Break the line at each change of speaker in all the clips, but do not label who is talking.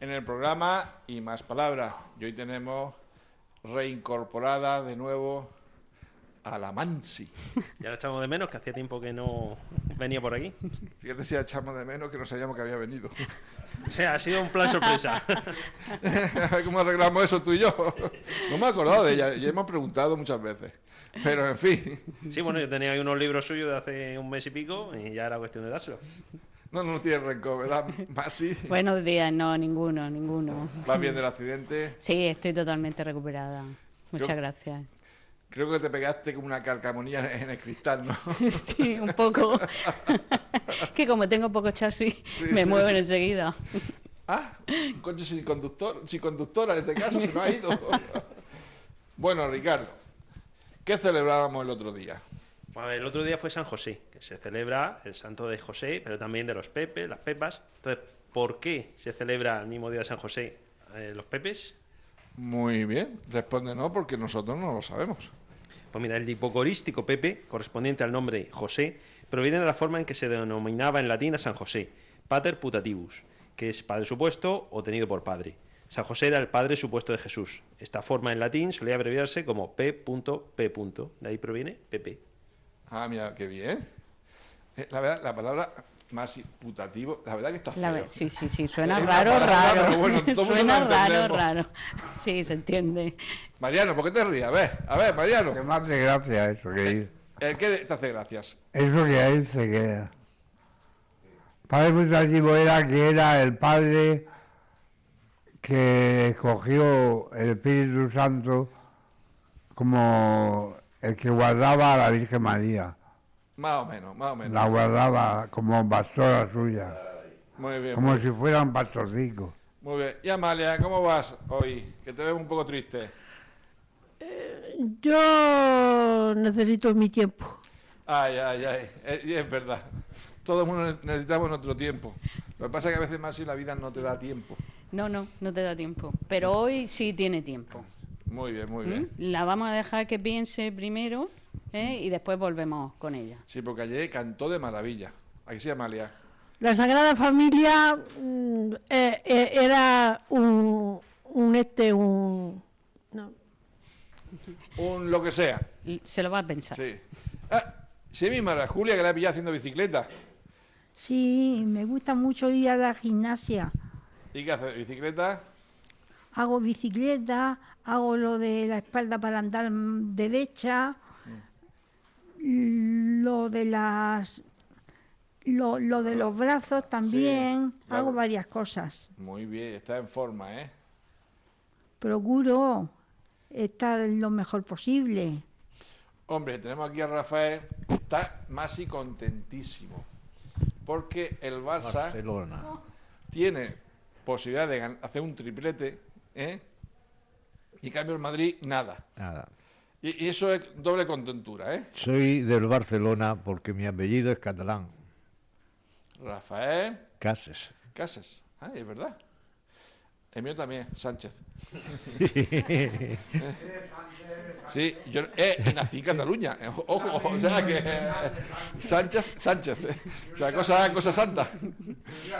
en el programa Y Más Palabra. Y hoy tenemos reincorporada de nuevo a la Mansi.
Ya la echamos de menos, que hacía tiempo que no venía por aquí.
Fíjate si la echamos de menos que no sabíamos que había venido.
O sea, ha sido un plan sorpresa.
A ver cómo arreglamos eso tú y yo. No me he acordado de ella, ya hemos preguntado muchas veces. Pero en fin,
Sí, bueno, yo tenía ahí unos libros suyos de hace un mes y pico y ya era cuestión de dárselo.
no nos tiene rencor, ¿verdad, Masi?
Buenos días, no, ninguno, ninguno.
¿Vas bien del accidente?
Sí, estoy totalmente recuperada. Muchas
Yo-
gracias.
Creo que te pegaste como una calcamonía en el cristal, ¿no?
Sí, un poco. que como tengo poco chasis,
Sí,
me
sí.
mueven enseguida.
Ah, un coche sin conductor, sin conductora en este caso se nos ha ido. bueno, Ricardo, ¿qué celebrábamos el otro día?
A ver, el otro día fue San José, que se celebra el santo de José, pero también de los pepes, las pepas. Entonces, ¿por qué se celebra el mismo día de San José eh, los pepes?
Muy bien, responde no porque nosotros no lo sabemos.
Pues mira, el hipocorístico Pepe, correspondiente al nombre José, proviene de la forma en que se denominaba en latín a San José, pater putativus, que es padre supuesto o tenido por padre. San José era el padre supuesto de Jesús. Esta forma en latín solía abreviarse como P.P. De ahí proviene Pepe.
Ah, mira, qué bien. Eh, la verdad, la palabra más putativo, la verdad que está feo.
La ve- sí, sí, sí, suena
Es una
raro,
palabra,
raro.
pero bueno, todo el mundo
suena
la
raro,
entendemos.
raro. Sí, se entiende.
Mariano, ¿por qué te ríes? A ver, a ver,
Que
Mariano.
más de gracia eso que dice.
¿El qué te hace gracias?
Eso que dice que padre putativo era que era el padre que escogió el Espíritu Santo como el que guardaba a la Virgen María.
Más o menos, más o menos.
La guardaba como pastora suya,
Muy bien,
como si fuera un pastorcico.
muy bien. Y Amalia, ¿cómo vas hoy? Que te veo un poco triste.
Eh, Yo necesito mi tiempo.
Ay, ay, ay, es, es verdad. Todo el mundo ne- necesitamos nuestro tiempo. Lo que pasa es que a veces más si la vida no te da tiempo.
No, no, no te da tiempo. Pero hoy sí tiene tiempo.
Muy bien,
¿Mm?
muy
¿m?
bien.
La vamos a dejar que piense primero ¿eh? y después volvemos con ella.
Sí, porque ayer cantó de maravilla. Aquí sí, Amalia.
La Sagrada Familia mm, eh, eh, era un, un este, un... no,
Un lo que sea.
L- Se lo va a pensar.
Sí. Ah, sí, mi Mara Julia, que la he pillado haciendo bicicleta.
Sí, me gusta mucho ir a la gimnasia.
¿Y qué hace? de ¿Bicicleta?
Hago bicicleta, hago lo de la espalda para andar mm, derecha, lo de las lo, lo de los brazos también,
claro.
hago varias cosas.
Muy bien, está en forma, ¿eh?
Procuro estar lo mejor posible.
Hombre, tenemos aquí a Rafael. Está más y contentísimo. Porque el Barça
Barcelona.
tiene posibilidad de gan- hacer un triplete, ¿eh? Y en cambio el Madrid, nada.
Nada.
Y, y eso es doble contentura, ¿eh?
Soy del Barcelona porque mi apellido es catalán.
Rafael
Cases.
Casas. Ah, es verdad. El mío también, Sánchez. Sí, yo eh, y nací en Cataluña. eh, Ojo, ojo, o sea que. eh, Sánchez, Sánchez. eh. O sea, cosa, cosa santa.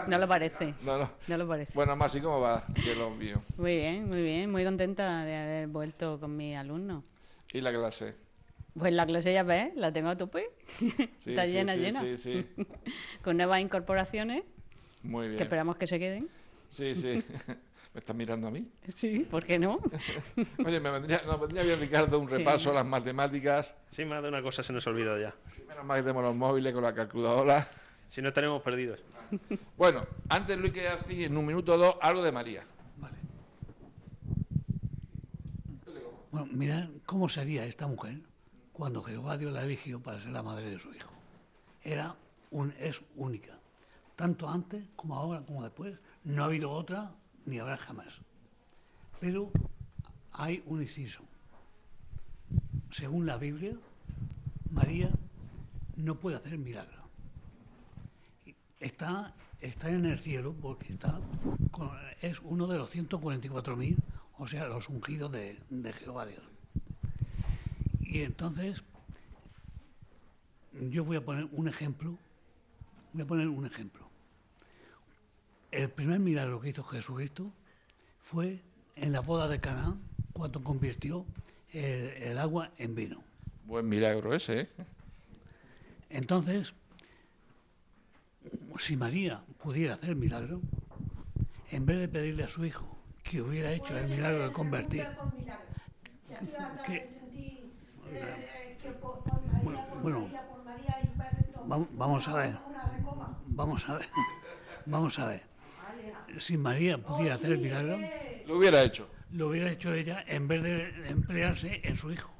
No lo parece.
No, no.
No lo parece.
Bueno, Masi, ¿cómo va? Que lo mío.
Muy bien, muy bien, muy contenta de haber vuelto con mis alumnos.
¿Y la clase?
Pues la clase ya ves, la tengo a tope.
Sí,
Está
sí,
llena,
sí,
llena.
Sí, sí.
Con nuevas incorporaciones,
Muy
que
bien.
esperamos que se queden.
Sí, sí. ¿Me estás mirando a mí?
Sí, ¿por qué no?
Oye, me vendría, nos vendría bien, Ricardo, un
Sí.
repaso a las matemáticas.
Sí, más de una cosa se nos olvida ya.
Menos mal que tenemos los móviles con la calculadora.
Si no estaremos perdidos.
Bueno, antes Luis quería decir en un minuto o dos algo de María.
Bueno, mirad cómo sería esta mujer cuando Jehová Dios la eligió para ser la madre de su hijo. Era un, es única. Tanto antes como ahora como después. No ha habido otra ni habrá jamás. Pero hay un inciso. Según la Biblia, María no puede hacer milagros. Está, está en el cielo porque está con- es uno de los 144.000, o sea, los ungidos de, de Jehová Dios. Y entonces, yo voy a poner un ejemplo. Voy a poner un ejemplo. El primer milagro que hizo Jesucristo fue en la boda de Canaán, cuando convirtió el, el agua en vino.
Buen milagro ese, ¿eh?
Entonces, si María pudiera hacer milagro, en vez de pedirle a su hijo que hubiera hecho el milagro de convertir, bueno, bueno, vam- vamos a ver, vamos a ver, vamos a ver. Si María pudiera hacer el milagro,
Lo hubiera hecho.
lo hubiera hecho ella en vez de emplearse en su hijo.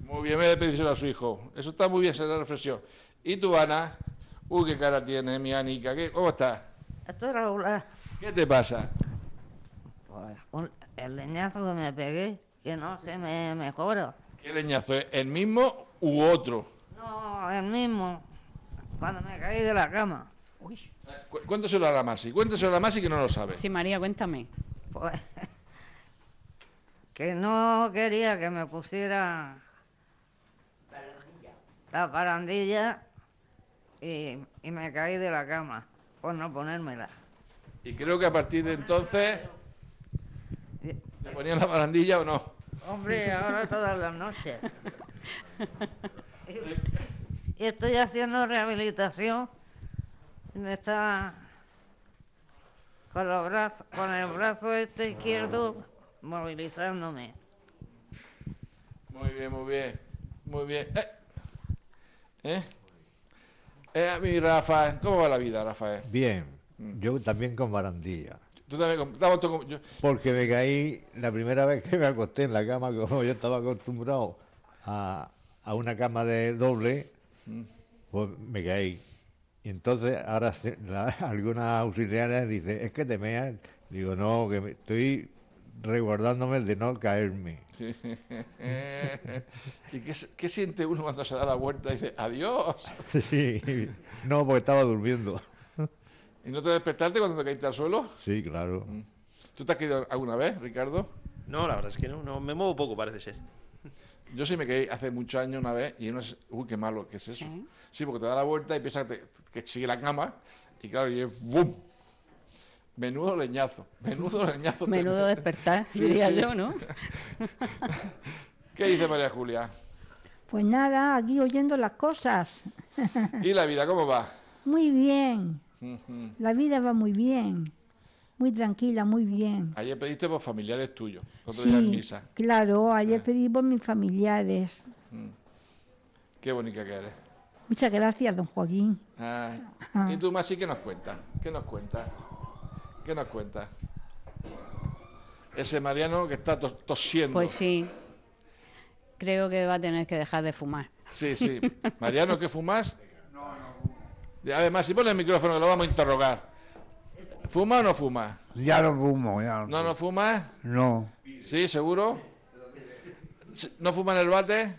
Muy bien, me pedírselo a su hijo. Eso está muy bien, esa es la reflexión. ¿Y tú, Ana? Uy, qué cara tiene mi Anica. ¿Qué- ¿Cómo estás?
Esto era una-
¿Qué te pasa?
pues, un- el leñazo que me pegué, que no se me mejora.
¿Qué leñazo es? ¿El mismo u otro?
No, el mismo, cuando me caí de la cama.
Cu- Cuéntaselo a la Masi, cuéntaselo a la Masi que no lo sabe.
Sí, María, cuéntame.
Pues, que no quería que me pusiera la parandilla y, y me caí de la cama por no ponérmela.
Y creo que a partir de entonces... ¿Le ponían la barandilla o no?
Hombre, ahora todas las noches. Y, y estoy haciendo rehabilitación. y Me está con, los brazos, con el brazo este izquierdo movilizándome.
Muy bien, muy bien. Muy bien. Eh. ¿Eh? Eh, a mí, Rafa, ¿cómo va la vida, Rafael?
Bien, yo también con barandilla.
Tú también, com- estamos todos com- yo-
Porque me caí la primera vez que me acosté en la cama, como yo estaba acostumbrado a, a una cama de doble, pues me caí. Y entonces ahora se- la- algunas auxiliares dicen, es que te meas. Digo, no, que me- estoy resguardándome de no caerme.
Sí. ¿Y qué, se- qué siente uno cuando se da la vuelta y dice, adiós?
Sí, no, porque estaba durmiendo.
¿Y no te despertaste cuando te caíste al suelo?
Sí, claro.
¿Tú te has caído alguna vez, Ricardo?
No, la verdad es que no, no, me muevo poco, parece ser.
Yo sí me caí hace muchos años una vez y no es, uy, qué malo, ¿qué es eso? Sí, porque te da la vuelta y piensas que, te- que sigue la cama y claro, y es ¡bum! Menudo leñazo, menudo leñazo. te
Menudo
metes.
despertar,
Sí,
diría
sí.
yo, ¿no?
¿Qué dice María Julia?
Pues nada, aquí oyendo las cosas.
¿Y la vida cómo va?
muy bien,
Ujú.
la vida va muy bien, muy tranquila, muy bien.
Ayer pediste por familiares tuyos, otro día en
Sí,
misa.
claro, ayer pedí por mis familiares.
Qué bonita que eres.
Muchas gracias, don Joaquín.
Ah, ¿Y tú, Masi, qué nos cuentas? ¿Qué nos cuentas? ¿Qué nos cuentas? Ese Mariano que está tos- tosiendo.
Pues sí. Creo que va a tener que dejar de fumar.
Sí, sí. Mariano, ¿qué fumas? No, no. Además, si pones el micrófono, que lo vamos a interrogar. ¿Fuma o no fuma?
Ya no fumo, ya no.
¿No, no fuma?
No.
¿Sí, seguro? Sí, ¿No fuma en el bate?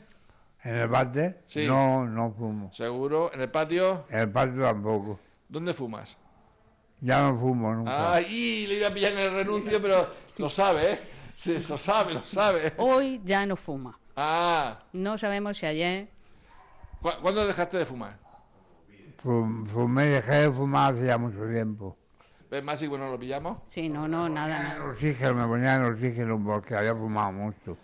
¿En el bate?
Sí.
No, no fumo.
¿Seguro? ¿En el patio?
En el patio tampoco.
¿Dónde fumas?
Ya no fumo nunca.
Ah, y le iba a pillar en el renuncio, pero lo sabe, ¿eh? Sí, lo sabe, lo sabe.
Hoy ya no fuma.
Ah,
No sabemos si ayer.
¿cu- ¿cuándo dejaste de fumar?
Fu- Fumé, dejé de fumar hace ya mucho tiempo.
¿Ves más y bueno, lo pillamos?
Sí, no, no, nada, nada.
El oxígeno, me ponían el oxígeno porque había fumado mucho.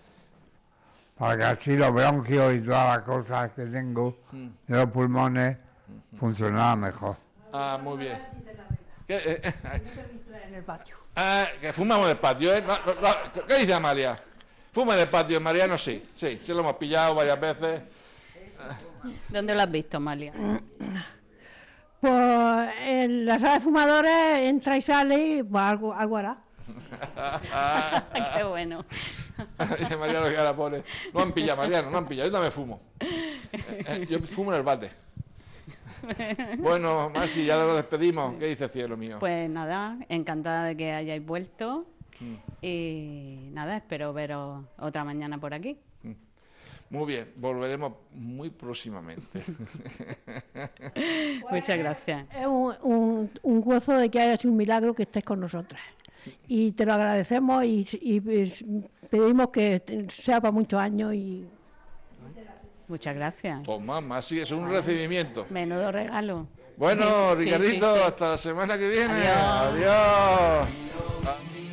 Para que así los bronquios y todas las cosas que tengo de los pulmones funcionaban mejor.
Ah, muy bien. ¿Qué, eh, eh,
En el patio.
ah, que fumamos en el patio, ¿eh? No, no, no, ¿Qué dice Amalia? Fuma en el patio, Mariano sí, sí, sí lo hemos pillado varias veces.
¿Dónde lo has visto, Malia?
Pues en la sala de fumadores entra y sale y pues, algo, algo hará.
Qué bueno.
Dice Mariano que ahora pone. No han pillado, Mariano, no han pillado, yo también fumo. Eh, eh, yo fumo en el bate. Bueno, Masi, ya nos despedimos. ¿Qué dice cielo mío?
Pues nada, encantada de que hayáis vuelto.
Mm.
Y nada, espero veros otra mañana por aquí.
Muy bien, volveremos muy próximamente.
Muchas gracias.
Es un, un- un gozo de que haya sido un milagro que estés con nosotras. Y te lo agradecemos y, y- y pedimos que te- sea para muchos años y
Muchas gracias.
Toma, más sí, es un recibimiento.
Menudo regalo.
Bueno,
Sí, sí,
Ricardito,
sí.
hasta la semana que viene.
Adiós.
Adiós.